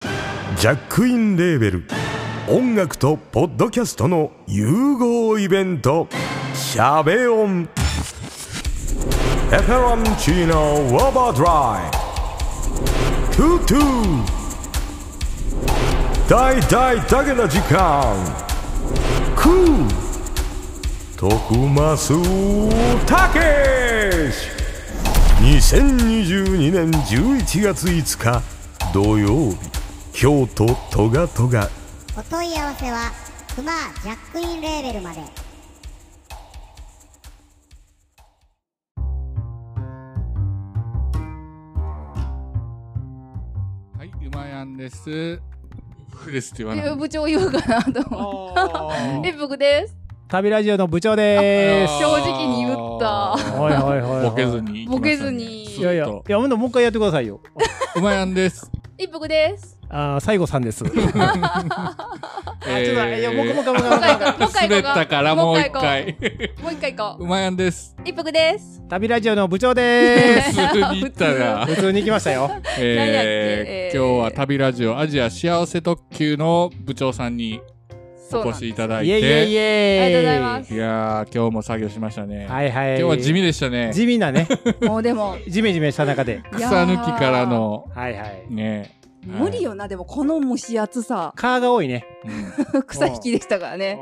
ジャックインレーベル音楽とポッドキャストの融合イベント「シャベオン」「エフェロンチーノウォーバードライ」「トゥトゥ」「大大だけな時間」「クー」「徳マスたけし」2022年11月5日土曜日京都トガトガお問い合わせはクマジャックインレーベルまではい、うまやんです。僕ですって言わない。え部長言うかなと思っあて。え、僕です。旅ラジオの部長でーす。正直に言ったはいはいはいはい。ボケず。に。ボケずにいやいや、いや、ほんともう一回やってくださ いよ。うまやんです。一服です。あー、最後さんです。あ、ちょっと、いや、僕もか。かももう一回滑行こう。もう一回行か。こうったからもう一。回。 もう一回行こうまやんです。う。一服です。旅ラジオの部長で 普通に言ったら す。。普通に行きましたよ。何やっけええーー今日は旅ラジオアジア幸せ特急の部長さんにそうおなん越しでいただいイエイイエイイて。エイ。ありがとうございますいやー、今日も作業しましたね。はいは今い。日は地味でしたね。地味なね。す。もうでも、ジメジメした中で。草抜きからの。はいはい。ね。はい無理よな、でもこの蒸し暑さ。蚊が多いね。うん 草引きでしたからね。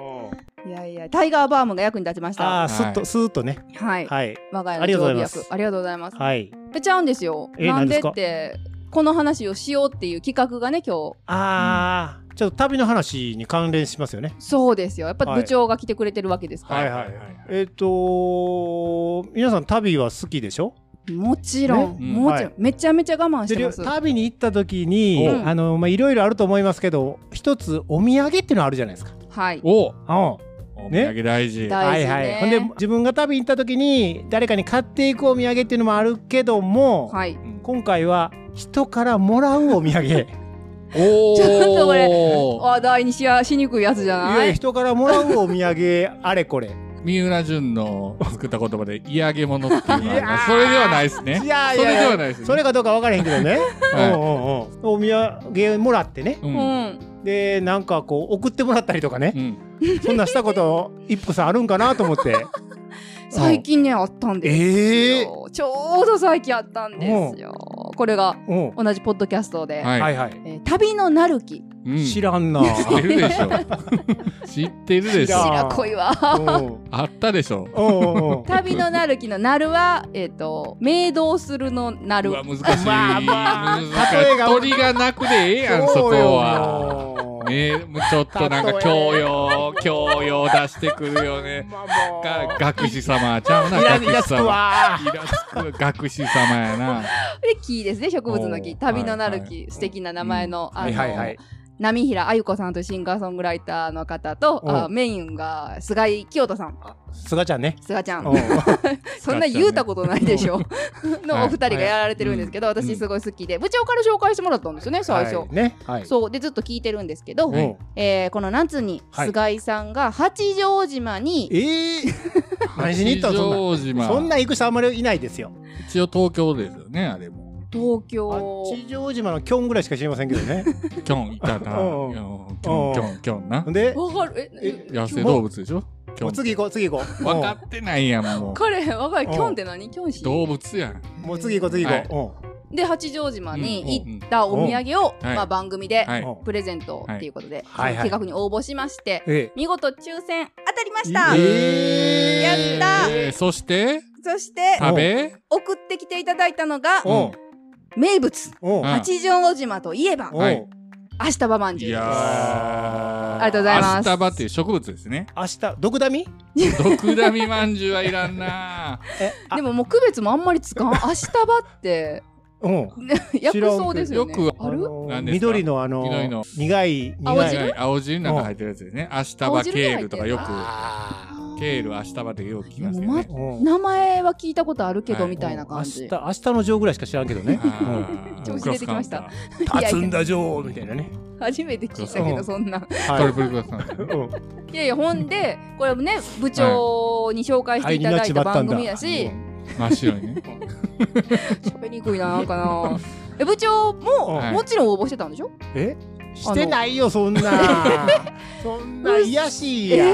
いやいや、タイガーバームが役に立ちましあた。あ、スッはと、いスーッとね。はい。はい。我が家ありのがとうござ常備います薬。ありがとうございます。はい。めちゃうんですよ。えなんで何っでて、この話をしようっていう企画がね、今日。ああ、ちょっと旅の話に関連しますよね。そうですよ。やっぱはい部長が来てくれてるわけですから。はいはいえっと、皆さん旅は好きでしょもちろん、ねもちろん、はいめちゃめちゃ我慢しでてます。旅に行った時にうんあのまあいろいろあると思いますけど一つお土産っていうのあるじゃないですか。はい。おうんお土ね産大事。大は事いねはい。ほんで自分が旅に行った時に誰かに買っていくお土産っていうのもあるけども、はい。うん今回は人からもらうお土産。いやおー。ちょっとこれ話題にしやしにくいやつじゃないやい人からもらうお土産あれこれ。三浦淳の作った言葉で「嫌げ物」っていうのがありいやますーそれではないですねいやいそれでやはいや。ないですねそれかどうか分からへんけどね、はいうんうんうん、お土産もらってねううんうんん。でなんかこう送ってもらったりとかねう、んそんなしたこと一歩さんあるんかなと思って最近ね、あったんですよ。ちょうど最近あったんですよ。これが、うん、は同じポッドキャストで、はい、いはい、えー旅のなるき。うん、知 知っらんなてるでし ょ知ってるで知しらょん白恋 は。うんあったでしょうんうん旅のなるきのなるは、えっ、と、明道するのなうるわ。難しい、まあまあ難し例えいが鳥がなくでええやんそこはもうねもうちょっとなんか教養教養出してくるよねまあもうが学士様ちゃうなイラ学イ士ラつく様わイラつく学士様やなで、木ですね、植物のお木。ー旅のなるはいはき、素敵な名前の、あの、はいはいはい波平あゆ子さんというシンガーソングライターの方と、うあメインが菅井清人さん、すがちゃんね菅ちゃん、うんそんな言うたことないでしょ、 のお二人はいがやられてるんですけど、ん私すごい好きで、部長から紹介してもらったんですよね、最初。はいねはいそうでずっと聞いてるんですけど、うんえーこの夏にはい菅井さんが八丈島に、ええ何しに行ったの八丈そんな島そんな行く人あんまりいないですよ一応東京ですよねあれも東京八丈島のキョンぐらいしか知りませんけどねキョンいた な。うんうんキョン、キョン、キョン、キョンなほ。んでわかるえ野生動物でしょキョもン。う次行こう次行こう分かってないやん、もう。彼わかるうんキョンって何キョン氏動物やん。うんもう次行こう次行こうで八丈島に行ったお土産を、うんうんまあ、番組ではい。うんうんプレゼントっていうことで、はいはい企画に応募しまして、え見事抽選当たりました、えやったえーそして、そして食べ送ってきていただいたのがえおう名物おうあ八丈島といえばおはうい明日ばまんいじゅうやでー。すありがとうございますアスタバっていう植物ですね。明日毒ダミ毒ダミまんじゅうはいらんな。えあでももう区別もあんまりつかん明日ば ってうん薬草ですよねよくあるのー何ですか緑のあのー緑の苦い青苦い汁青汁なんか入ってるやつですね。明日青は汁ケールとかよく、あケール、明日はってよく聞きますよもうね待。ーうん名前は聞いたことあるけど、はいみたいな感じ明日明日のジョーぐらいしか知らんけど ねあー調子出てきましたクロスカウンいやいや立つんだジョーみたいなね初めて聞いたけうどんそんなターはトいリプルクロスカウンターうんいやいやほんでこれもね部長に紹介していただいた番組やし真っ白いね。喋りにくいななんかなえ部長もうんはいもちろん応募してたんでしょえ してないよそ んなそんな癒やしいや、え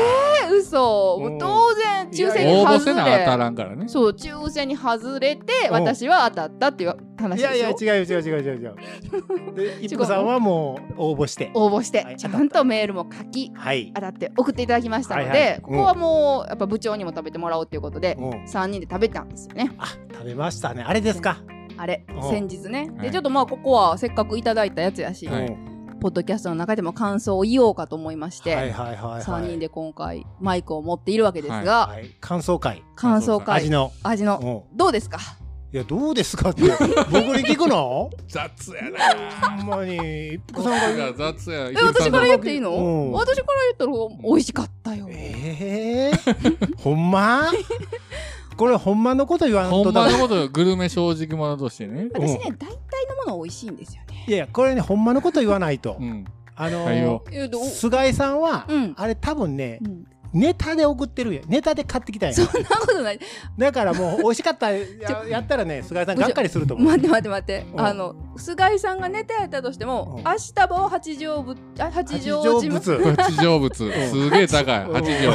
嘘うんもう当然抽選に応募外せな当たれらんからね。そう抽選に外れてうん私は当たったっていう話でいしょやいや違う違う違う違う違うで一歩さんはもう応募して応募しはていちゃんとメールも書きはい当たって送っていただきましたので、はいはいここはもうやっぱ部長にも食べてもらおうということで、うん三3人で食べたんですよねあ食べましたねあれですか、あれうん先日ね、はいでちょっとまあここはせっかくいただいたやつやし、はいうんポッドキャストの中でも感想を言おうかと思いまして、はいはいはいはい3人で今回マイクを持っているわけですが、はい感想会感想会味味のの、うどうですかん、いやどうですかって僕に聞 くの雑やな。ほんまに一歩僕さんがが雑や。ええ私から言っていいうんの私から言ったら美味しかったよ、ええー、ほんまこれほんまのこと言わんほとんまだのことグルメ正直者としてね。私ね大体のもの美味しいんですよねいやいやこれねほんまのこと言わないと、うん。あのーはいよ。えどう菅井さんは、うんあれ多分ねうんネタで送ってるやんネタで買ってきたんやそんなことないだからもう美味しかったややったらね菅井さんがっかりすると思う待って待って待ってうんあの菅井さんがネタやったとしてもう明ん日棒八丈ぶあ八丈島物八丈物。すげえ高い。八丈。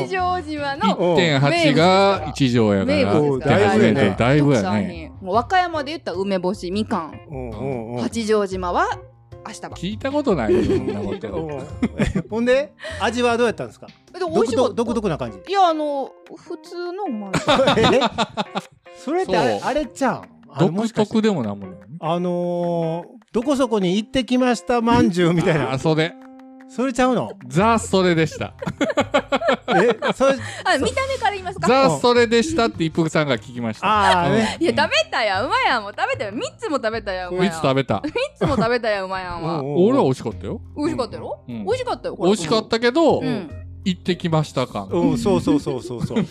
八丈島のうん1.8が一丈やか名ら。物ですかおらーだいぶやねだいぶや特産ね。品もう和歌山で言ったら梅干しみかんうんうんうん八丈島は明日棒聞いたことないよ、そんなこうと。んほんで味はどうやったんですかえでも美独味しかっ特た独特 な感じいやあの普通のお前 えそれってあれそうあれちゃんあれも独しかして特でもなんもない。あのーどこそこに行ってきましたまんじゅうみたい あ、なそれ。それちゃうのザ・それでした。えそれあ見た目から言いますかザ・それでしたって一服さんが聞きました。ああねいや食べたやんうまやんもう食べたやん三つも食べたやんうまいやんつ食べた三つも食べたやんうまやんは俺は美味しかったよ。美味しかったやろうん美味しかったよこれ美味しかったけど、うん行ってきました感。うん、そうそうそうそうそう。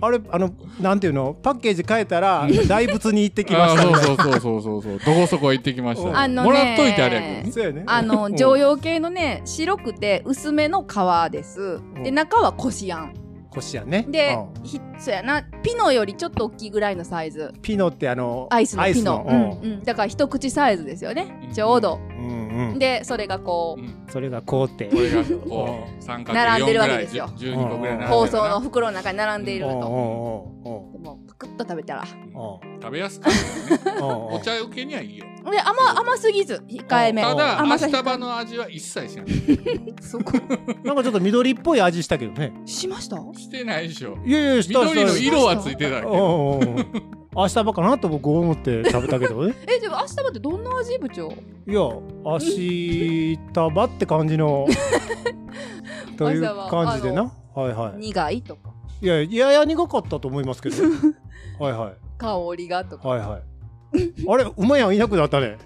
あれ、あの、なんていうの、パッケージ変えたら、大仏に行ってきまあーした、ね。そうそうそうそうそうそう。どこそこ行ってきました。あのねもらっといてあれや けどね。そうやね。あうのん常。用系のね白くて薄めの皮ですでうん中はこしあんこしあんね。でうひそやなピノよりちょっと大きいぐらいのサイズんピノって、あの、アイスのピノうんうんうんだから一口サイズですよねうんちょうどうんうん。でそれがこううんそれがこうってこ。れがこう三角並んでるわけ四ですよぐらい十十二個ぐらい並んでるかな包装の袋の中に並んでいるうんうんとうんうんでもパクッと食べたらうん食べやすかったよね。うんお茶受けにはいいよ。で甘甘すぎず控えめただ甘明さ控え日め場の味は一切しない。そこなんかちょっと緑っぽい味したけどね。しましたしてないでしょ。いやいや、した緑のした色はついてたけうんど。うんうん明日ばかなと僕思って食べたけ どね。えでも明日までどんな味部長いや、明日ばって感 じの。という感じでな。はいはい。苦いとかいやいやや苦かったと思いま すけどはいは香りがといかはいはいあれ馬やんいなくなったね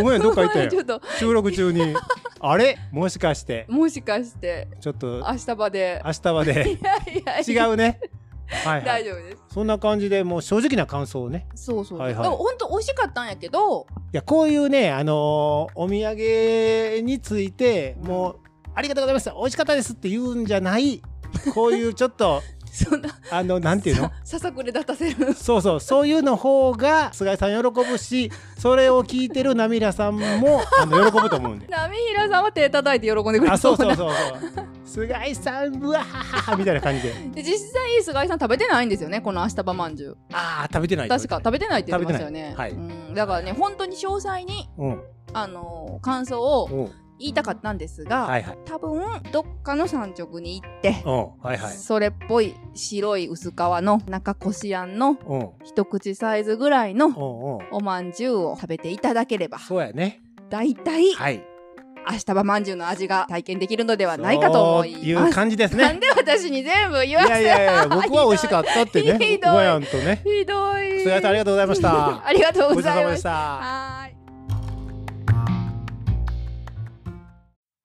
馬やんどっか行ったや んちょっと収録 中にあれもしかしてもしかしてちょっと明日まで明日ま でいやいやい違やうねはい、は大い、丈夫ですそんな感じでもう正直な感想をねそうそう、はいはいでも本当美味しかったんやけどいやこういうねあのーお土産についてもうありがとうございました美味しかったですって言うんじゃないこういうちょっと そんなあのなんていうのさささくれ立たせるそうそうそういうの方が菅井さん喜ぶしそれを聞いてるナミラさん もあの喜ぶと思うんで波平さんは手叩いて喜んでくれあそうそうなそうそう菅井さんうわはははみたいな感じで で実際菅井さん食べてないんですよねこの明日ばまんじゅうああ食べてない確か食べてないって言ってましたよ食ねべてないはいうん、だからね本当に詳細にうんあのー感想をうん言いたかったんですが、はいはい多分どっかの産直に行って、うんはいはいそれっぽい白い薄皮の中こしあんのうん一口サイズぐらいのうんうんおまんじゅうを食べていただければそうやね大体はい明日はまんじゅうの味が体験できるのではないかと思そういいうます。感じですなんねで私に全部言いわやせいやいや僕は美味しかったってひどねいごやんとねひどい菅井さんありがとうございましたありがとうごごちそざういさままでし。したたはーい。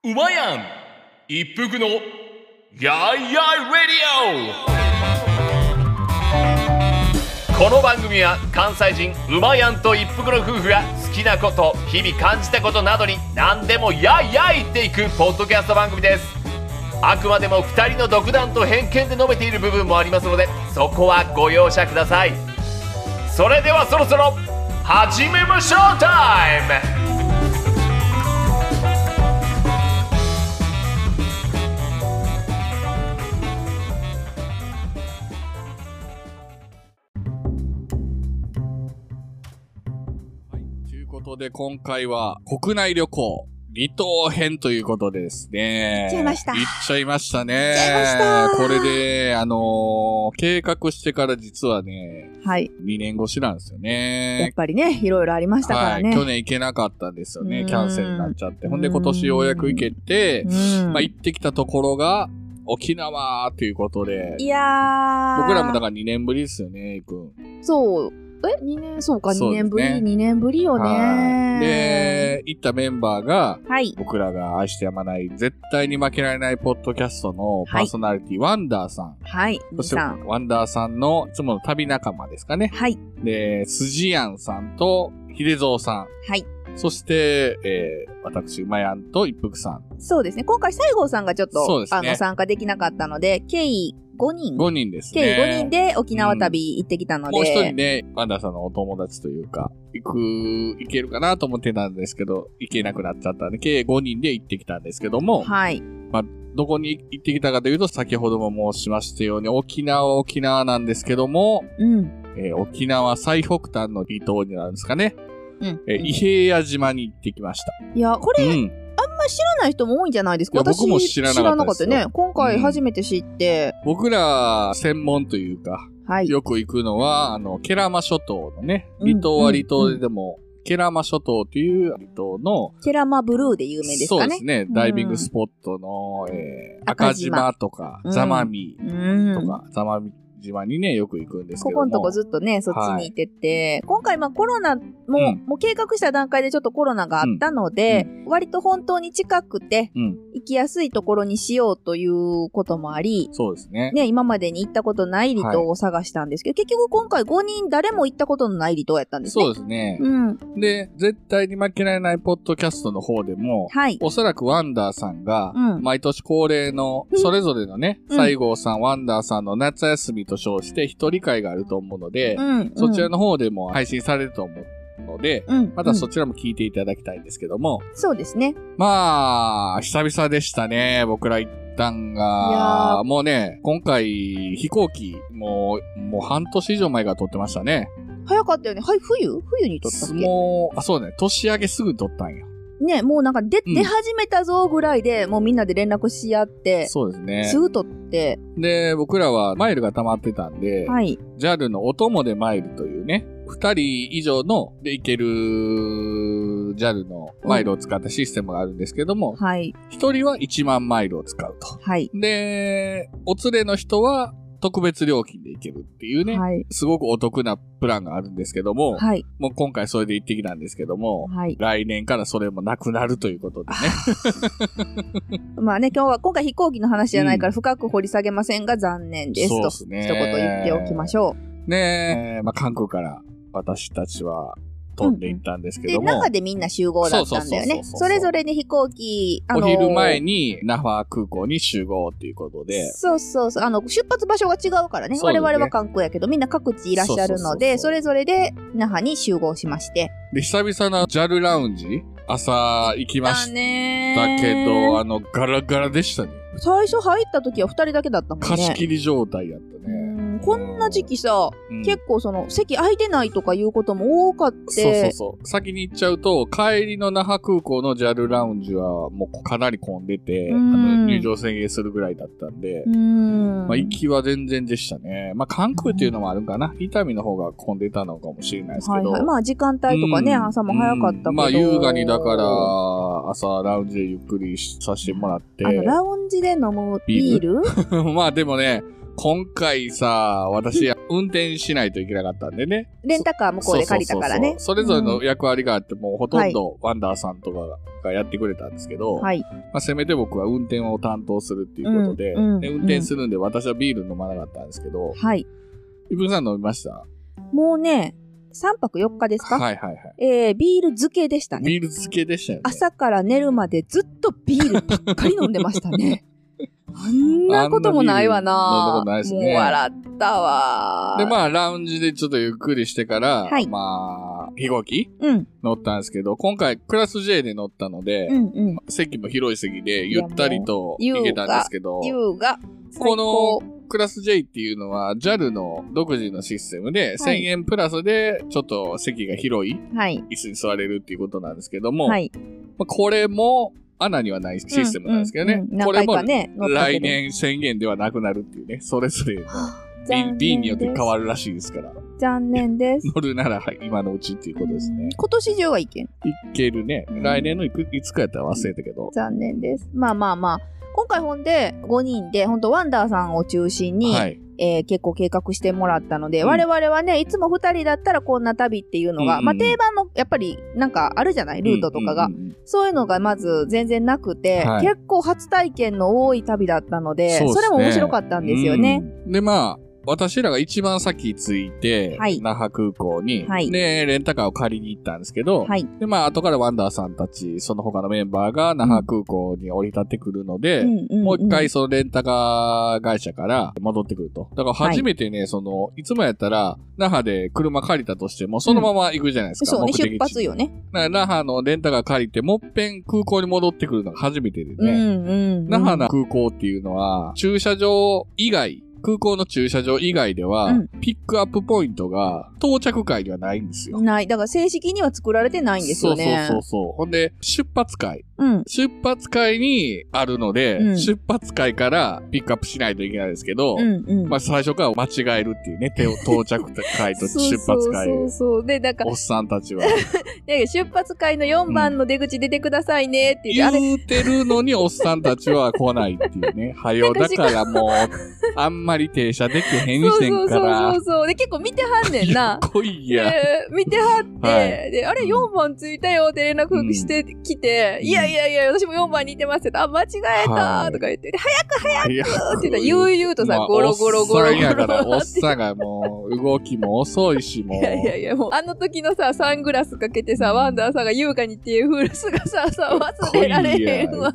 うまやん一服のやいやいレディオこの番組は関西人うまやんと一服の夫婦が好きなこと日々感じたことなどに何でもやいやい言っていくポッドキャスト番組ですあくまでも2人の独断と偏見で述べている部分もありますのでそこはご容赦くださいそれではそろそろ始めましょうタイムで今回は国内旅行、離島編ということでですね。行っちゃいました行っちゃいましたね。行っちゃいましたこれで、あのー計画してから実はね、はい。 2年越しなんですよやっね。ぱりね、いろいろありましたからね。はい。去年行けなかったんですようね。んキャンセルになっちゃって。ほんで今年ようやく行けて、うんまあ行ってきたところが沖縄ということで。いやー。僕らもだから2年ぶりですよね、行くん。そう。え、2年、そうか、そ2うですね年ぶり、2年ぶりよはいね。で、行ったメンバーが、はい。僕らが愛してやまない、絶対に負けられないポッドキャストのパーソナリティ、ワンダーさん。はい。そみして、さん。ワンダーさんのいつもの旅仲間ですかね。はい。で、スジヤンさんと、ヒデゾウさん。はい。そして、えー、私、うまやんと一服さん。そうですね。今回、西郷さんがちょっそうとで、すねあの、参加できなかったので、計5人。 5人ですね。計5人で沖縄旅行ってきたので。もう一人ね、ワンダーさんのお友達というか、行く、行けるかなと思ってたんですけど、行けなくなっちゃったんで、計5人で行ってきたんですけども、はい。どこに行ってきたかというと、先ほども申しましたように、沖縄は沖縄なんですけども、うん。えー沖縄最北端の離島になるんですかね。うん。えー伊平屋島に行ってきました。いや、こうれ、ん。あんま知らない人も多いんじゃないですいか。や僕も知らなかったですよ知よね。今回初めて知って、僕ら、専門というか、はい。よく行くのは、あの、ケラマ諸島のね、うん離島は離島ででも、ケラマ諸島という離島の、ケラマブルーで有名ですそかうね。ですね、ダイビングスポットの、えー赤赤島島とか、うんザマミうん。とか、ザマミ島にね、よく行くんですけこども。このとこずっとね、そっちに行ってて、今回まあコロナも、うんもう計画した段階でちょっとコロナがあったので、割と本当に近くて、うん。行きやすいところにしようということもあり、そうですね。ね、今までに行ったことない離島を探したんですけど、結局今回5人誰も行ったことのない離島やったんですね。そうですね。うん。で、絶対に負けられないポッドキャストの方でも、はい。おそらくワンダーさんが、うん毎年恒例の、それぞれのね、うん西郷さん、ワンダーさんの夏休みと称して一人会があると思うので、うん。そちらの方でも配信されると思うので、うん、うん。またそうんちらも聞いていただきたいんですけども、そうですね。まあ、久々でしたね、僕ら一旦いやが。もうね、今回、飛行機、もう、もう半年以上前から撮ってましたね。早かったよね。はい、冬冬に撮ったっけもう、あ、そうだね、年明けすぐ撮ったんや。ね、もうなんか出、うん出始めたぞぐらいで、もうみんなで連絡し合って、そうですね。すぐ撮って、で、僕らはマイルが溜まってたんで、はい。 JAL のお供でマイルというね、二人以上ので行ける JAL のマイルを使ったシステムがあるんですけども、はい、一、人は1万マイルを使うと。はい、で、お連れの人は特別料金で行けるっていうね、はい、すごくお得なプランがあるんですけども、はい、もう今回それで行ってきたんですけども、はい。来年からそれもなくなるということでね。まあね、今日は、今回飛行機の話じゃないかうら深く掘り下げませんが残念ですそうと、です一ね言言っておきましょねえ、まあ、韓国から私たちは飛んで行ったんですう。けで、ども、中でみんな集合だったんだよそうそうそうそうね。そうそれぞれで飛行機、お昼前に。に那覇空港に集合ということで、そうそうそう。あの、出発場所が違うからね。そう我ですね々は韓国やけど、みんな各地いらっしゃるので、そそうれぞれで那覇に集合しまして。で、久々の JAL ラウンジ、朝行きましねたけど、あの、ガラガラでしたね。最初入った時は二人だけだったもんね。貸し切り状態やったうねん。こんな時期さ、うん、結構その席空いてないとかいうことも多かってそうそうそう。先に行っちゃうと、帰りの那覇空港の JAL ラウンジはもうかなり混んでて、あうのん入場制限するぐらいだったんで、うーんまあ、行きは全然でしたね。まあ、関空っていうのもあるんかな。伊丹の方が混んでたのかもしれないですけど。はいはい、まあ時間帯とかね、うん朝も早かったけど、うんまあ、優雅にだから、朝ラウンジでゆっくりさせてもらってあ。のラウンジで飲むビー ルまあ、でもね、今回さ、私、運転しないといけなかったんでね。レンタカー向こうで借りたからねそうそうそうそうそれぞれうの役割があって、もうほとんどワンダーさんとかがやってくれたんですけど、んはいまあ、せめて僕は運転を担当するっていうことで、うんうんで運転するんで私はビール飲まなかったんですけど、はいイブさん飲みましたもうね3泊4日ですか、はいはいはい。えー、ビール漬けでしたねビール漬けでしたよね。朝から寝るまでずっとビールばっかり飲んでました ねあんなこともないわなあんなビール飲んだことないですねもう笑ったわで、まあ、ラウンジでちょっとゆっくりしてから、はいまあ、飛行機うん乗ったんですけど、今回クラス J で乗ったので、うんうん席も広い席で、ゆったりといやも行うけたんですけど、優雅最こ高のクラス J っていうのは JAL の独自のシステムで、はい1000円プラスでちょっと席が広いはい。椅子に座れるっていうことなんですけども、はい。まあこれも穴にはないシステムなんですけどね。うんうんうんこれ何回もかね、乗った来けど。年宣言ではなくなるっていうね、それぞれの残念便便によって変わる。るらしいですから、残念です。乗るならはい今のうちっていうことですね。今年中はいけん。いけるね。来年のいくいつかやったら忘れたけど。残念です。まあまあまあ。今回ほんで5人で、ほんとワンダーさんを中心に、はい。えー結構計画してもらったので、うん我々はね、いつも2人だったらこんな旅っていうのうが、んうんまあ定番の、やっぱりなんかあるじゃないルートとかが、うんうんうんそういうのがまず全然なくて、はい結構初体験の多い旅だったので、そうそですねれも面白かったんですよね。うん。で、まあ、私らが一番先着いて、はい那覇空港に、はいで、レンタカーを借りに行ったんですけど、はい。で、まあ、後からワンダーさんたち、その他のメンバーが那覇空港に降り立ってくるので、もう一回そのレンタカー会社から戻ってくると。だから初めてね、その、いつもやったら、那覇で車借りたとしても、そのまま行くじゃないですか。そう目ね、的出地発よね。だから那覇のレンタカー借りて、もっぺん空港に戻ってくるのが初めてでうね。んうん。那覇の空港っていうのは、駐車場以外、空港の駐車場以外では、うんピックアップポイントが到着会にはないんですよ。ない。だから正式には作られてないんですよそうそね。うそうそう。ほんで、出発会。うん。出発会にあるので、うん出発会からピックアップしないといけないですけど、うんうん。まあ最初から間違えるっていうね、手を到着会 と出発会そうそうそうそう。で、なんかお、っさんたちは。ね出発会の4番の出口出てくださ いねって言って、言うてるのにおっさんたちは来ないっていうね。はよ、だからもう、あんまり停車できへんあれ、して そんうかそうそうそらう。そう。で、結構見てはんねんな。来いや。で見てはって、はで、あれ、4番ついたよって連絡してきて、うんいやいやいや、私も4番にいてますって言ったらあ、間違えはたいとか言って、いや早くって言ったら、悠々とさ、ゴロゴロゴロゴロまあおっさんやから、おっって。さんがもう、動きも遅いし、もう。いやいやいや、もう、あの時のさ、サングラスかけてさ、ワンダーさんが優香にっていう風スがさ、さ、忘れられへんわ。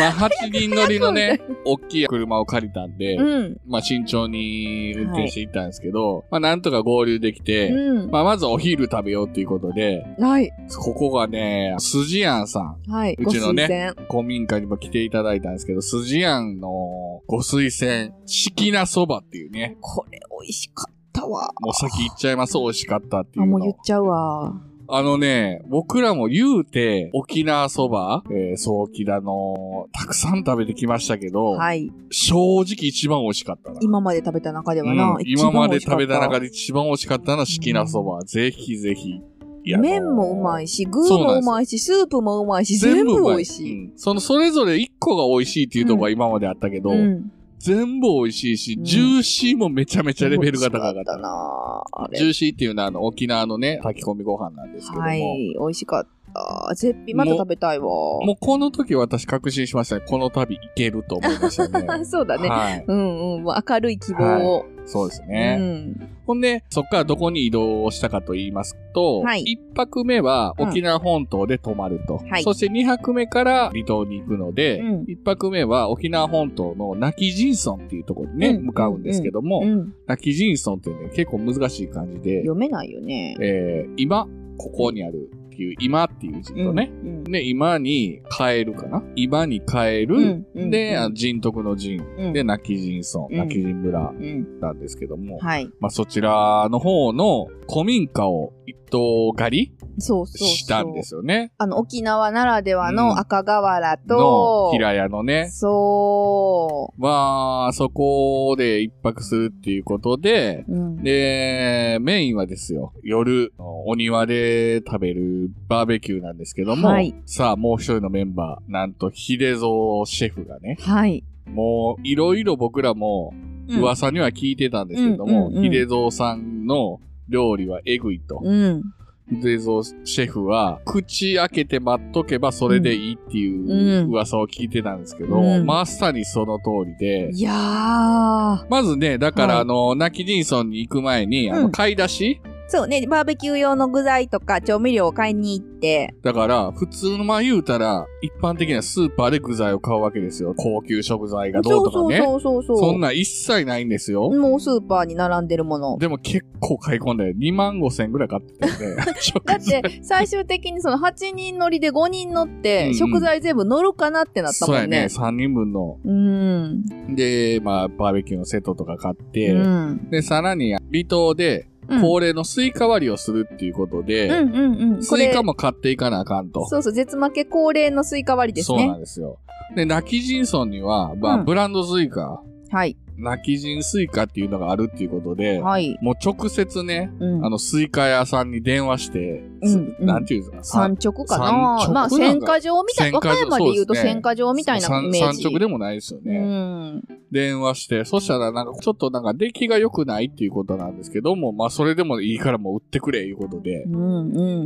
まあ、8人乗りのね早、大きい車を借りたんで、うん。まあ、慎重に運転していったんですけど、まあ、なんとか合流できて、うん。まあ、まずお昼食べようっていうことで、はい。ここがね、スジアンさん、はい。うごちのね推薦。公民館にも来ていただいたんですけど、スジアンのご推薦、四季なそばっていうね、これ、美味しかったわ。もう先行っちゃいます、美味しかったっていあ、うもう言っの。ちゃうわ。あのね、僕らも言うて、沖縄そば、えー、早期だの、たくさん食べてきましたけど、はい。正直一番美味しかったな。今まで食べた中ではうな、ん一番今まで食べた中で。で一番美味しかったのは四季なそば。ぜひぜひ。いや麺もうまい。いし、具もうまいし、スープもうまいし、全部美味しうい。んその、それぞれ一個が美味しいっていうとこが今まであったけど、うん。全部美味しいし、うんジューシーもめちゃめちゃレベルが高か美味しっかったた。なあジュれ。ーシーっていうのはあの沖縄のね、炊き込みご飯なんですけども、はい、美味しかった。絶品、また食べたいわ。もうこの時私確信しましたね。この旅行けると思いましたね。あ そうだね。はい。うんうん、もう明るい希望を。そうですうね。ん。ほんで、そこからどこに移動したかと言いますと、はい一泊目は沖縄本島で泊まると。はいそして二泊目から離島に行くので、うん一泊目は沖縄本島のナキジンソンっていうところにね、うん向かうんですけども、うん、ナキジンソンってね、結構難しい感じで、読めないよね。えー今、ここにあるっていう、今っていう字とね、うん。ね、今に変えるかな今に変える、うんうんで、うんあの人徳の人、うんで、ナキジンソン、うんナキジン村うん。なんですけども、はい。まあ、そちらの方の古民家を一棟借りそうそうそう。したんですよね。あの、沖縄ならではうんの赤瓦のと、平屋のね。そまあ、そこで一泊するっていうことで、う。うん。で、メインはですよ、夜、お庭で食べるバーベキューなんですけども、はいさあ、もう一人のメンバー、なんと、ヒデゾーシェフがね、はい。もう、いろいろ僕らも、うん噂には聞いてたんですけども、うんうんうんヒデゾーさんの料理はえぐいと。うん。で、そう、シェフは、口開けて待っとけばそれでいいっていううん噂を聞いてたんですけど、うんまさにその通りで、いやー。まずね、だからはいあの、ナキディンソンに行く前に、あの、うん買い出しそうね、バーベキュー用の具材とか調味料を買いに行って、だから、普通のまあ言うたら、一般的にはスーパーで具材を買うわけですよ。高級食材がどそううとそかうね。そうそうそう。そんなん一切ないんですよ。もうスーパーに並んでるもの。でも結構買い込んで、2万5千ぐらい買ってた よね。食だ材って、最終的にその8人乗りで5人乗っうんうて、ん食材全部乗るかなってなっそたうもやんね。ね。3人分の。うん。で、まあ、バーベキューのセットとか買って、うん。で、さらに、離島で、うん恒例のスイカ割りをするっていうことで、うんうんうん。こスイれカ、も買っていかなあかんと。そうそう、絶負け恒例のスイカ割りですそうなねん。ですよ。で、泣き人村には、まあ、うんブランドスイカ、はい。泣き人スイカっていうのがあるっていうことで、はい。もう直接ね、うんあの、スイカ屋さんに電話して、うんすうんなんていうんですか、産直かな産直まなあ、ん戦か火場みたい。戦和火場歌山で言うとそうですね戦火場みたいなイメージ。産直でもないですよね。うん。電話して、そしたらなんかちょっとなんか出来が良くないっていうことなんですけども、まあそれでもいいからもう売ってくれいうことで、うんう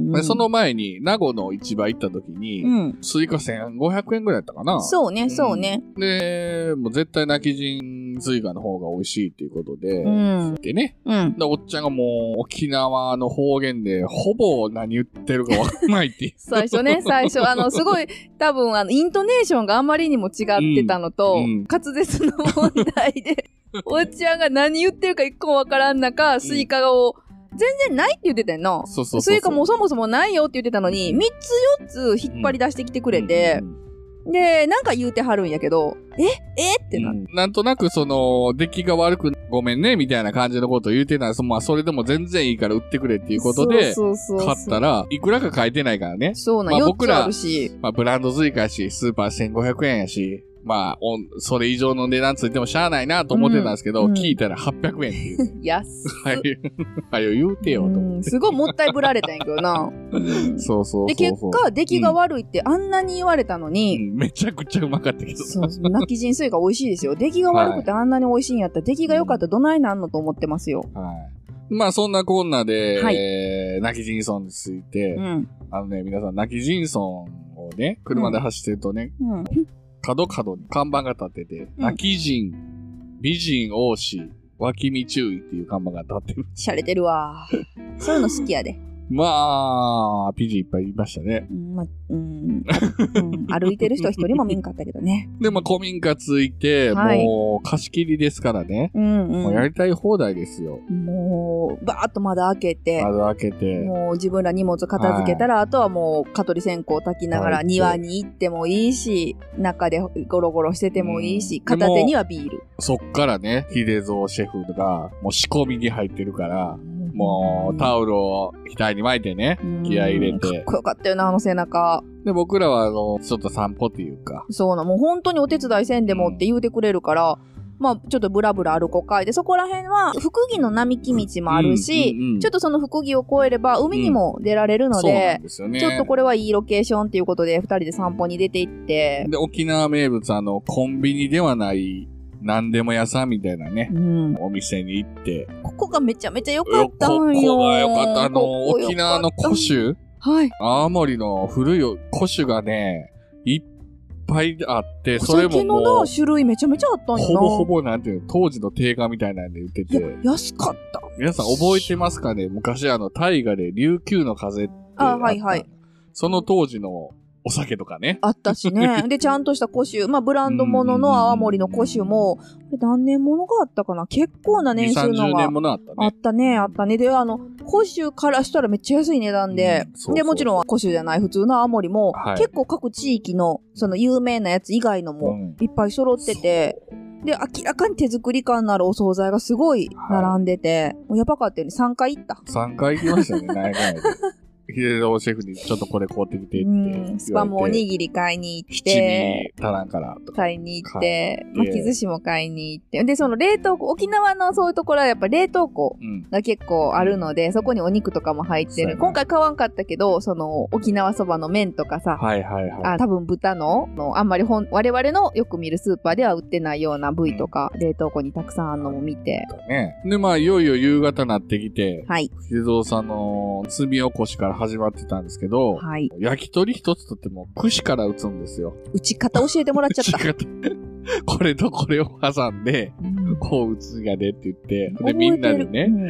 んうでん。そ、の前に名護の市場行った時に、うん。スイカ1500円ぐらいだったかな。そうね、そうね。で、もう絶対泣き人スイカの方が美味しいっていうことで、うん。でね、うん。。でおっちゃんがもう沖縄の方言でほぼ何言ってるかわかんないっていう 最 初ね、最初、あの、すごい、多分、あの、イントネーションがあまりにも違ってたのと、うんうん滑舌の問題で、おっちゃんが何言ってるか一個もわからん中、スイカを、全然ないって言ってたよな。そうそうそうそう。スイカもそもそもないよって言ってたのに、3つ4つ引っ張り出してきてくれてうん、うんで、なんか言うてはるんやけど、ええってなっうんなんとなくその、出来が悪く、ごめんね、みたいな感じのことを言うてたら、そまあ、それでも全然いいから売ってくれっていてうことで、そうそうそう買ったら、いくらか書いてないからね。そうなん、まあ4僕つらあるし、まあ、ブランド追加やし、スーパー1500円やし、まあ、おんそれ以上の値段ついてもしゃあないなと思ってたんですけど、うんうん聞いたら800円って いうね。安はい。 はい、言うてよ、と思うっんて。すごいもったいぶられたんやけど な。うそうそんうそうそう。で、結果、出来が悪いってあんなに言われたのうに、ん、めちゃくちゃうまかったけど。そ う、泣き人水が美味しいですよ。出来が悪くてあんなに美味しいんやったら、出来が良かったらどないなんのと思ってますよ。はい。まあ、そんなこんなで、はいえー、泣き人村について、うん。あのね、皆さん、泣き人村をね、車で走ってるとね、うん。角角に看板が立ってて、うん泣き人、美人王子、脇見注意っていう看板が立ってる。 洒落てるわ。そういうの好きやで。まあ、ピジいっぱいいましたね。うん、まあ、うん。うん歩いてる人一人も見んかったけどね。で、まあ、古民家ついて、はいもう、貸し切りですからね。うんもうやうりたい放題ですよ。ん。もう、バーッと窓開けて、窓開けて。もう自分ら荷物片付けたら、あとはもう、蚊取り線香焚きながら、はい庭に行ってもいいし、中でゴロゴロしててもいいし、うん片手にはビール。そっからね、秀蔵シェフが、もう仕込みに入ってるから、もう、タオルを額に巻いてね、うん気合い入れ。かってこよかったよな、あの背中。で、僕らは、あの、ちょっと散歩っていうか、そうな、もう本当にお手伝いせんでもって言うてくれるから、まあ、ちょっとブラブラ歩こうかい。で、そこら辺は、福木の並木道もあるうし、んうんうんちょっとその福木を越えれば、海にも出られるのそうなでん、ですよね。ちょっとこれはいいロケーションっていうことで、二人で散歩に出て行って、で、沖縄名物、あの、コンビニではない、何でも屋さんみたいなね、うん、お店に行って、ここがめちゃめちゃ良かこったんよ。こが良かった。あこの、こ良かった沖縄の古。酒はい。青森の古い古酒がね、いっぱいあって、おそれも酒のもなう、種類めちゃめちゃあったんよほな。ぼほぼなんていうの、当時の定価みたいなんで売っていやて、、安かった。皆さん覚えてますかね昔あの、大河で琉球の風ってあったはいはい。その当時のお酒とかね。あったし ね。で、ちゃんとした古酒。まあ、ブランド物の泡盛の古酒も、これ何年物があったかな結構な年2、数の30が年。ものあったあねっ。たね、あったね。で、あの、古酒からしたらめっちゃ安い値段で、うんそうそうで、もちろん古酒じゃない普通の青森も、はい結構各地域の、その有名なやつ以外のうも、んいっぱい揃ってて、で、明らかに手作り感のあるお惣菜がすごい並んでて、もうやばかったよね。3回行った。 3回行きましたね、ないないで。秀蔵シェフにちょっとこれ買うてきてってう言われん。て。スパムおにぎり買いに行っ七て、味足らんからとか。買いに行って、買って巻き寿司も買いに行って、で、その冷凍庫、沖縄のそういうところはやっぱ冷凍庫うん。が結構あるので、そこにお肉とかも入ってそうやる。ね今回買わんかったけど、その沖縄そばの麺とかさ、はいはいはい。あ多分豚ののあんまり本我々のよく見るスーパーでは売ってないような部位とか、冷凍庫にたくさんあるのも見て、ね。で、まあ、いよいよ夕方なってきて、はい、秀蔵さんの炭起こしから始まってたんですけど、はい。焼き鳥一つとっても串から打つんですよ。打ち方教えてもらっちゃっ た。違う これとこれを挟んで、うんこう打つがねって言って、覚で、えてるみんなでうね、ん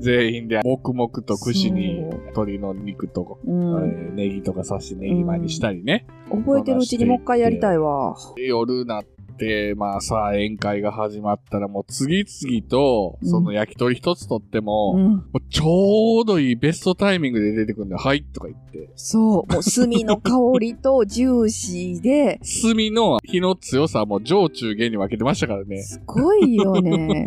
全員で黙々と串にそう鶏の肉と、うんえーネギとか刺しネギまにしたりね、覚えてるうちにもう一回やりたいわ。夜なってまあさあ宴会が始まったらもう次々とその焼き鳥一つとっても、うもん、うちょうどいいベストタイミングで出てくるんだよはいとか言ってそう。もう炭の香りとジューシー で、炭の火の強さはもう上中下に分けてましたからねすごいよね。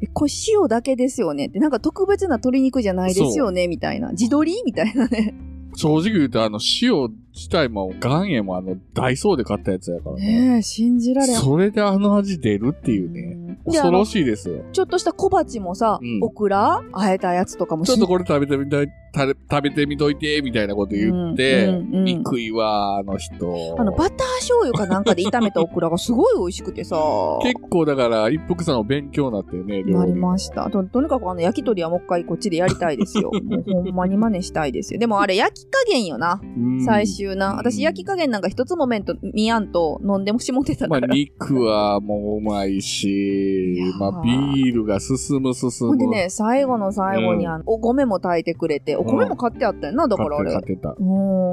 えこれ塩だけですよねって、なんか特別な鶏肉じゃないですよねみたいな。自撮りみたいなね。正直言うとあの塩自体も岩塩もあのダイソーで買ったやつやからねねえ、信じられん。それであの味出るっていうねうんであ恐のろしいですよちょっとした小鉢もさ、うんオクラあえたやつとかもちょっとこれ食べてみたいた食べてみといてみたいなこと言って、うんうんうんびっくりはあの人あの、バター醤油かなんかで炒めたオクラがすごい美味しくてさ。結構だから一服さんの勉強になってるね料な理りました。ととにかくあの焼き鳥はもう一回こっちでやりたいですよ。もうほんまに真似したいですよ。でもあれ焼き加減よな。うん最終な。私焼き加減なんか一つもめんと見やんと飲んでもしもてたまかあら。肉はもううまいしいやーまあビールが進む進ほむんでね、最後の最後にあの、お米も炊いてくれて、お米も買ってあったよな、だからあれ勝。てた勝てた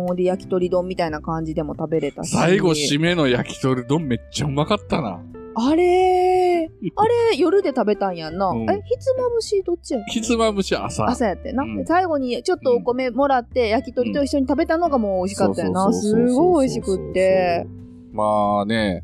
うん、で、焼き鳥丼みたいな感じでも食べれたし。最後締めの焼き鳥丼めっちゃうまかったなあれー、あれ、夜で食べたんやんな。うんえ、ひつまぶしどっちやひつまぶし朝朝やってんな、うんで最後にちょっとお米もらって焼き鳥と一緒に食べたのがもう美味しかったよな、そうそうそうそうすごい美味しくってまあね、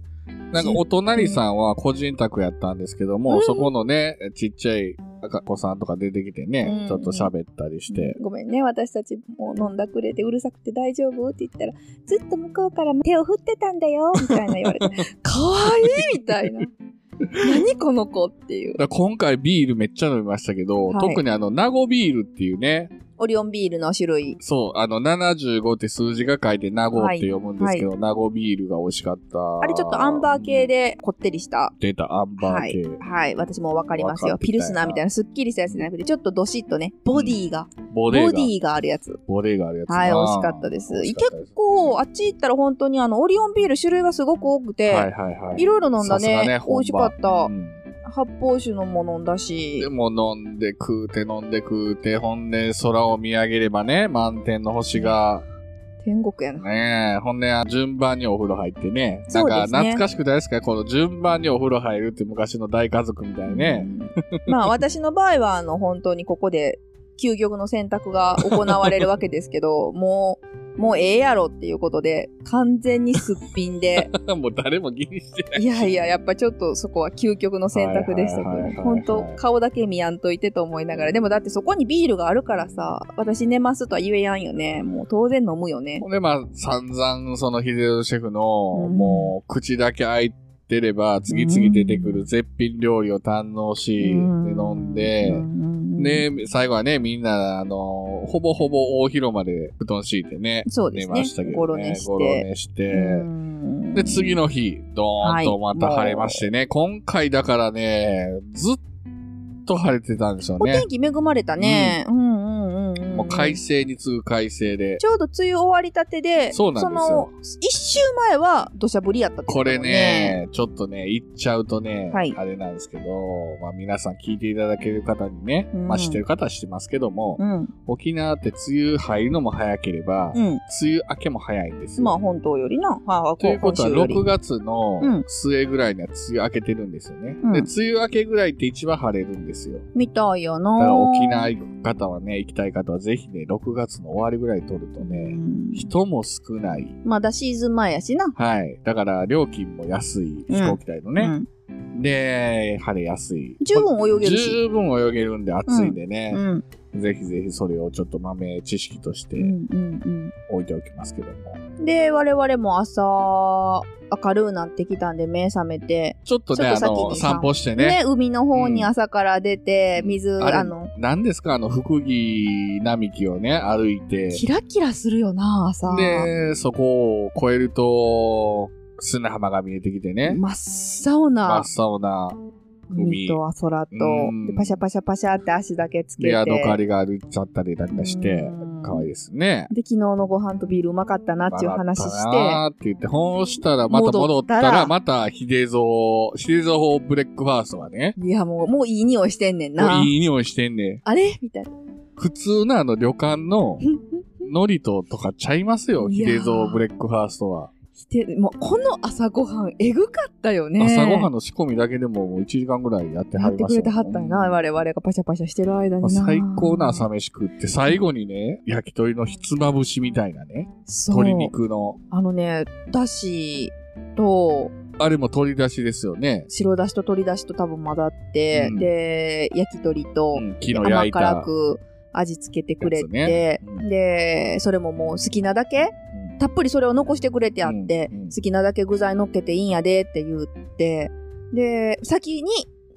なんかお隣さんは個人宅やったんですけども、うんそこのね、ちっちゃい赤子さんとか出てきてね、うんちょっと喋ったりして、ごめんね私たちもう飲んだくれてうるさくて大丈夫って言ったらずっと向こうから手を振ってたんだよみたいな言われて かわいいみたいな 何この子っていうだから今回ビールめっちゃ飲みましたけど、はい特にあの、名護ビールっていうね、オリオンビールの種類そう、あの、75って数字が書いて名護って読むんですけど、名護ビールが美味しかった。あれちょっとアンバー系。でこってりした出た、アンバはーい系。、はい、私も分かりますわよかってピたよルスナーみたいなすっきりしたやつじゃなくてちょっとどしっとねボディが、ボボデデーが。ィがあるやつボデーがあるやつな。はい、美味しかったです。美味しかったです結構、あっち行ったら本当にあの、オリオンビール種類がすごく多くて、はいいはいはい。ろいろ飲んさだすがねね美味しかったう。ん発泡酒のも飲んだしで、も飲んで食うて飲んで食うて、ほんで空を見上げればね、満天の星が、天国やな。ねえ、ほんで順番にお風呂入ってね、なんそうかですね懐かしくないですかこの順番にお風呂入るって昔の大家族みたいね。 まあ、私の場合は、あの、本当にここで、究極の選択が行われるわけです けど、もう、もうええやろっていうことで、完全にすっぴんで、 もう誰も気にしてない。いやいや、やっぱちょっとそこは究極の選択でしたはいはいはいはいけはど、い本当顔だけ見やんといてと思いながら、でもだってそこにビールがあるからさ、私寝ますとは言えやんよね。もう当然飲むよねほ。んでまあ散々その秀吉シェフの、うんもう口だけ開いてれば次々出てくる絶品料理を堪能し、で飲んで、ねね、最後はね、みんな、あの、ほぼほぼ大広間で布団敷いてね、そうですね寝ましたけどね、ゴロ寝してゴロ寝してで、次の日、ドーンとまた晴れましてね、今回だからね、ずっと晴れてたんですよおね天。気恵まれたね。うんうんうんん。もう快晴に次ぐ快晴で。ちょうど梅雨終わりたてで、そうなんですよの、一週前は土砂降りやったってこだれもん。ね、ちょっとね、言っちゃうとね、はいあれなんですけど、まあ皆さん聞いていただける方にね、うんまあ知ってる方は知ってますけども、うん。沖縄って梅雨入るのも早ければ、うん。梅雨明けも早いんですよ。まあ本島よりな。はあ、ということは本州より6月のうん末ぐらいには梅雨明けてるんですよね。うんで、梅雨明けぐらいって一番晴れるんですよ。みたいやな。だから沖縄行く方はね、行きたい方はぜひね、6月の終わりぐらい取るとうね、ん人も少ない。まだシーズン前やしな。はい。だから料金も安い、うん飛行機代のうね。んで、晴れやすい。十分泳げるし。十分泳げるんで暑いんでねう、ん。ぜひぜひそれをちょっと豆知識としうてんうん置いておきますけども。うん。で、我々も朝、明るくなってきたんで目覚めて、ちょっとね、ちょあっと先にの、散歩してね、ね、海の方に朝から出て、水、あれあの、何ですかあの、福木並木をね、歩いて、キラキラするよな、朝。で、そこを越えると、砂浜が見えてきてね、真っ青真なっ青な、海と空とうん、でパシャパシャパシャって足だけつけて。で、ヤドカリが歩いちゃったりなんかしてう、ん可愛いですね。で、昨日のご飯とビールうまかったなっていう話して、あって言って、ほんしたら、また戻った戻ったら、らまた、ヒデゾー、ヒデゾー法ブレックファーストがね、いや、もう、もういい匂いしてんねんな。いい匂いしてんねん。あれみたいな。普通のあの旅館 の、ノリトとかちゃいますよ、いヒやーデゾーブレックファーストは。して、もう、この朝ごはん、えぐかったよね。朝ごはんの仕込みだけでももう1時間ぐらいやってやはっりてまくしれたてよはったんやな、我々がパシャパシャしてる間まあにな。最高な朝飯食って、最後にね、焼き鳥のひつまぶしみたいなね、そう鶏肉の、あのね、だしと、あれも鶏出しですよね。白だしと鶏だしと多分混ざって、うんで、焼き鳥と、うん、木の焼甘いた。辛く味付けてくれて、やつねうんで、それももう好きなだけ、うんたっぷりそれを残してくれてあって、うんうん好きなだけ具材乗っけていいんやでって言って、で、先に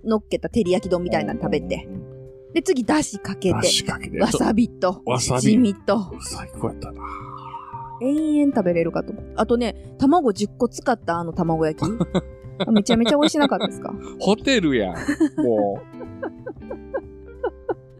乗っけた照り焼き丼みたいなの食べて、うんうんうん。で、次だしかけてだ、しかけて。わさびと、わさび地味と、最高やったな。延々食べれるかと思う。あとね、卵10個使ったあの卵 焼き。あめちゃめちゃ美味しなかったですかホテルやん。も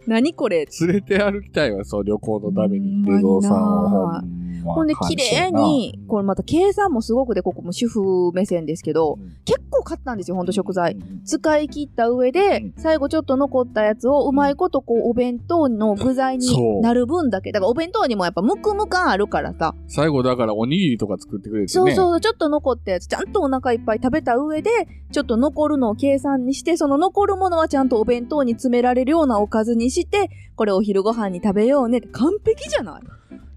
何これう、連れて歩きたいわ、そう、旅行のためうんに。レゾーさんを。ほほんで、綺麗に、これまた計算もすごくで、ここも主婦目線ですけど、結構買ったんですよ、ほんと食材。。使い切った上で、うん最後ちょっと残ったやつをうまいことこうお弁当の具材そうになる分だけ。だからお弁当にもやっぱムクム感あるからさ。最後、だから、おにぎりとか作ってくれてね。そうそうそう、ちょっと残ったやつ、ちゃんとお腹いっぱい食べた上で、ちょっと残るのを計算にして、その残るものはちゃんとお弁当に詰められるようなおかずにして、これお昼ご飯に食べようねって完璧じゃない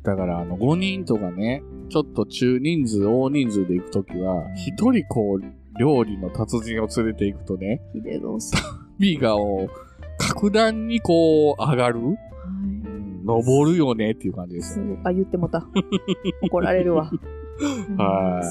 だから、あの、5人とかね、ちょっと中人数、大人数で行くときは、一人こう、料理の達人を連れて行くとね、ヒデロさん。ビーガーを格段にこう、上がる、登るよねっていう感じですよね。あ、言ってもた。 怒られるわ。はいうん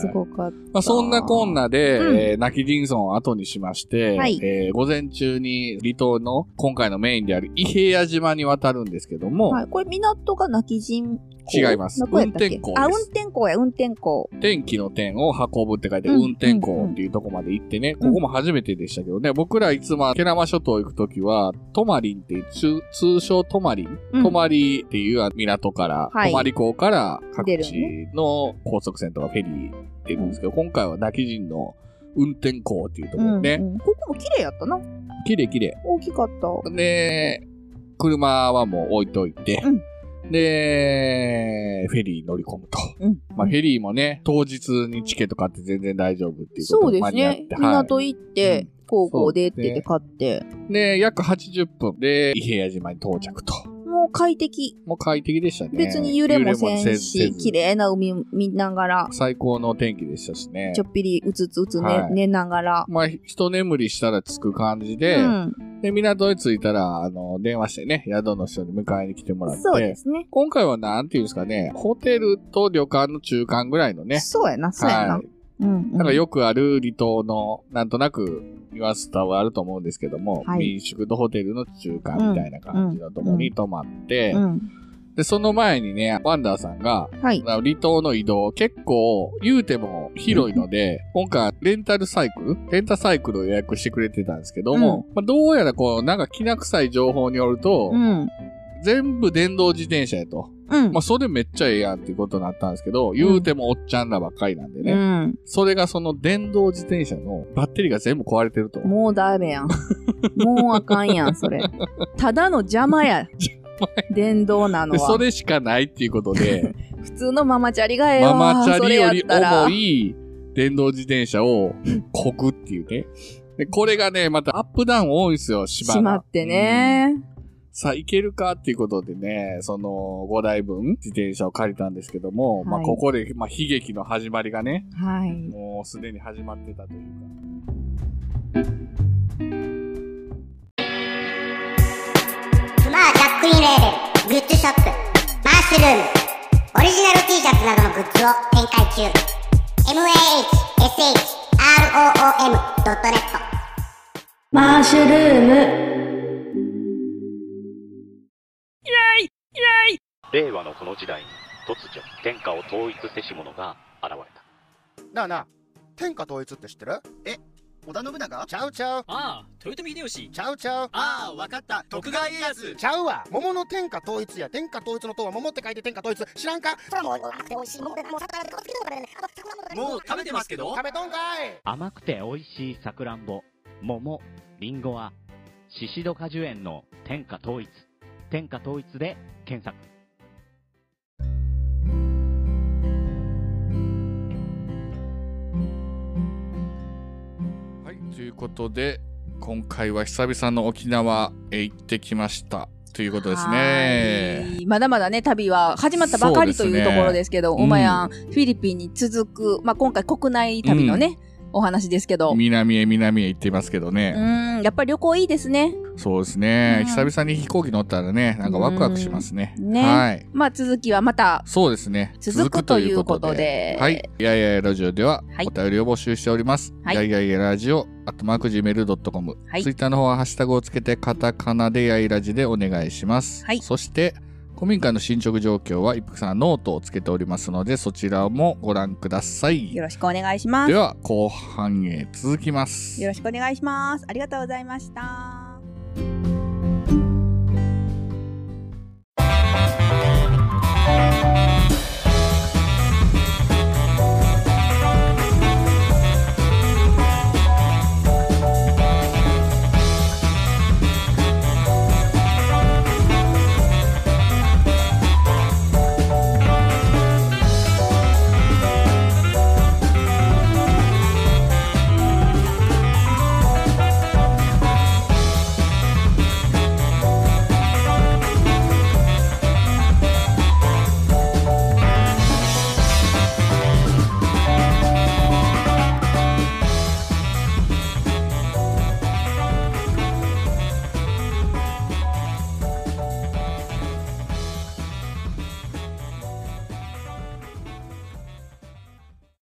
すごかった。まあ、そんなこんなで、うんえー泣き人村を後にしまして、はいえー午前中に離島の今回のメインである伊平屋島に渡るんですけども、はい、これ港が泣き人違いますの子やった運っけ転校ですあ、運転校や、運転校。天気の点を運ぶって書いて、うん運転校っていうとこまで行ってね、うんここも初めてでしたけどね、僕らいつも、ケラマ諸島行くときは、トマリンっていう、通通称トマリン、うんトマリっていう港から、はいトマリ港から各出る地の高速船とかフェリーっていうんですけど、今回は泣き人の運転校っていうところうね、んうんここも綺麗やったな。綺麗綺麗。大きかった。で、車はもう置いといて、うんで、フェリーに乗り込むと。うん。まあ、フェリーもね、当日にチケット買って全然大丈夫っていうことそうです間に合っねて。港は行って、高校でって言って買って。い、で、約80分で、伊平屋島に到着と。もう快適。もう快適でしたね。別に揺れもせん揺れし、もせず綺麗な海見ながら、最高の天気でしたしねちょ。っぴりうつつうつねはい寝ながら。まあ、一眠りしたら着く感じうで、ん。で、港に着いたら、あの、電話してね、宿の人に迎えに来てもらって、そうですね。今回はなんていうんですかね、ホテルと旅館の中間ぐらいのね、そうやな、そうやなは。い。うんうんなんかよくある離島の、なんとなく言わせたはあると思うんですけども、はい民宿とホテルの中間みたいな感じのところに泊まって、うん。で、その前にね、ワンダーさんが、はい。あの離島の移動、結構、言うても広いので、今回、レンタルサイクルレンタサイクルを予約してくれてたんですけども、まあ、どうやらこう、なんかきな臭い情報によると、うん。全部電動自転車やと。うんまあ、。それめっちゃええやんっていうことになったんですけど、言うてもおっちゃんらばっかりなんでね。うん。それがその電動自転車のバッテリーが全部壊れてると。もうダメやん。もうあかんやん、それ。ただの邪魔 や。電動なので、そは。れしかないっていうことで、普通のママチャリが ええマわ。マチャリよりそれやったら重い電動自転車をこぐっていうね。で、これがね、またアップダウン多いんですよ、島がしまって。ね。うんさあ、行けるかっていうことでね、その5台分自転車を借りたんですけども、まあ、はいここで、まあ、悲劇の始まりがね、はい。もうすでに始まってたというか。クマジャックインレーベルグッズショップマッシュルームオリジナル T シャツなどのグッズを展開中 mahshroom.net マッシュルーム令和のこの時代に突如天下を統一せし者が現れたなあなあ、天下統一って知ってるえ、織田信長ちゃうちゃう。ああ、豊臣秀吉。ちゃうちゃう。ああ、わかった。徳川家康。ちゃうわ。桃の天下統一や。天下統一の塔は桃って書いて天下統一。知らんかそれはもう、甘くて美味しい。もう、もう、里からこつけとかでね。あと、桜もとかねもう食べてますけど食べとんかい甘くて美味しいさくらんぼ、桃、りんごは、シシド果樹園の天下統一。天下統一で検索。はい、ということで、今回は久々の沖縄へ行ってきました。ということですね。まだまだね、旅は始まったばかりそとうですいねうところですけど、うんおまやん、フィリピンに続く、まあ、今回国内旅のね、お話ですけど、う南へ南へ行ってますけどね。ーん、やっぱり旅行いいですね。そうですね、久々に飛行機乗ったらね、なんかワクワクしますね。ね。はい。まあ、続きはまた、そうですね。続くということではい。いやいやいやラジオでははいお便りを募集しております。、はいいやいやいやラジオ、アットマーク Gmail.com。はいツイッターの方はハッシュタグをつけて、カタカナでやいラジでお願いします。はい。そして、古民家の進捗状況は一服さんノートをつけておりますので、そちらもご覧ください。よろしくお願いします。では、後半へ続きます。よろしくお願いします。ありがとうございました。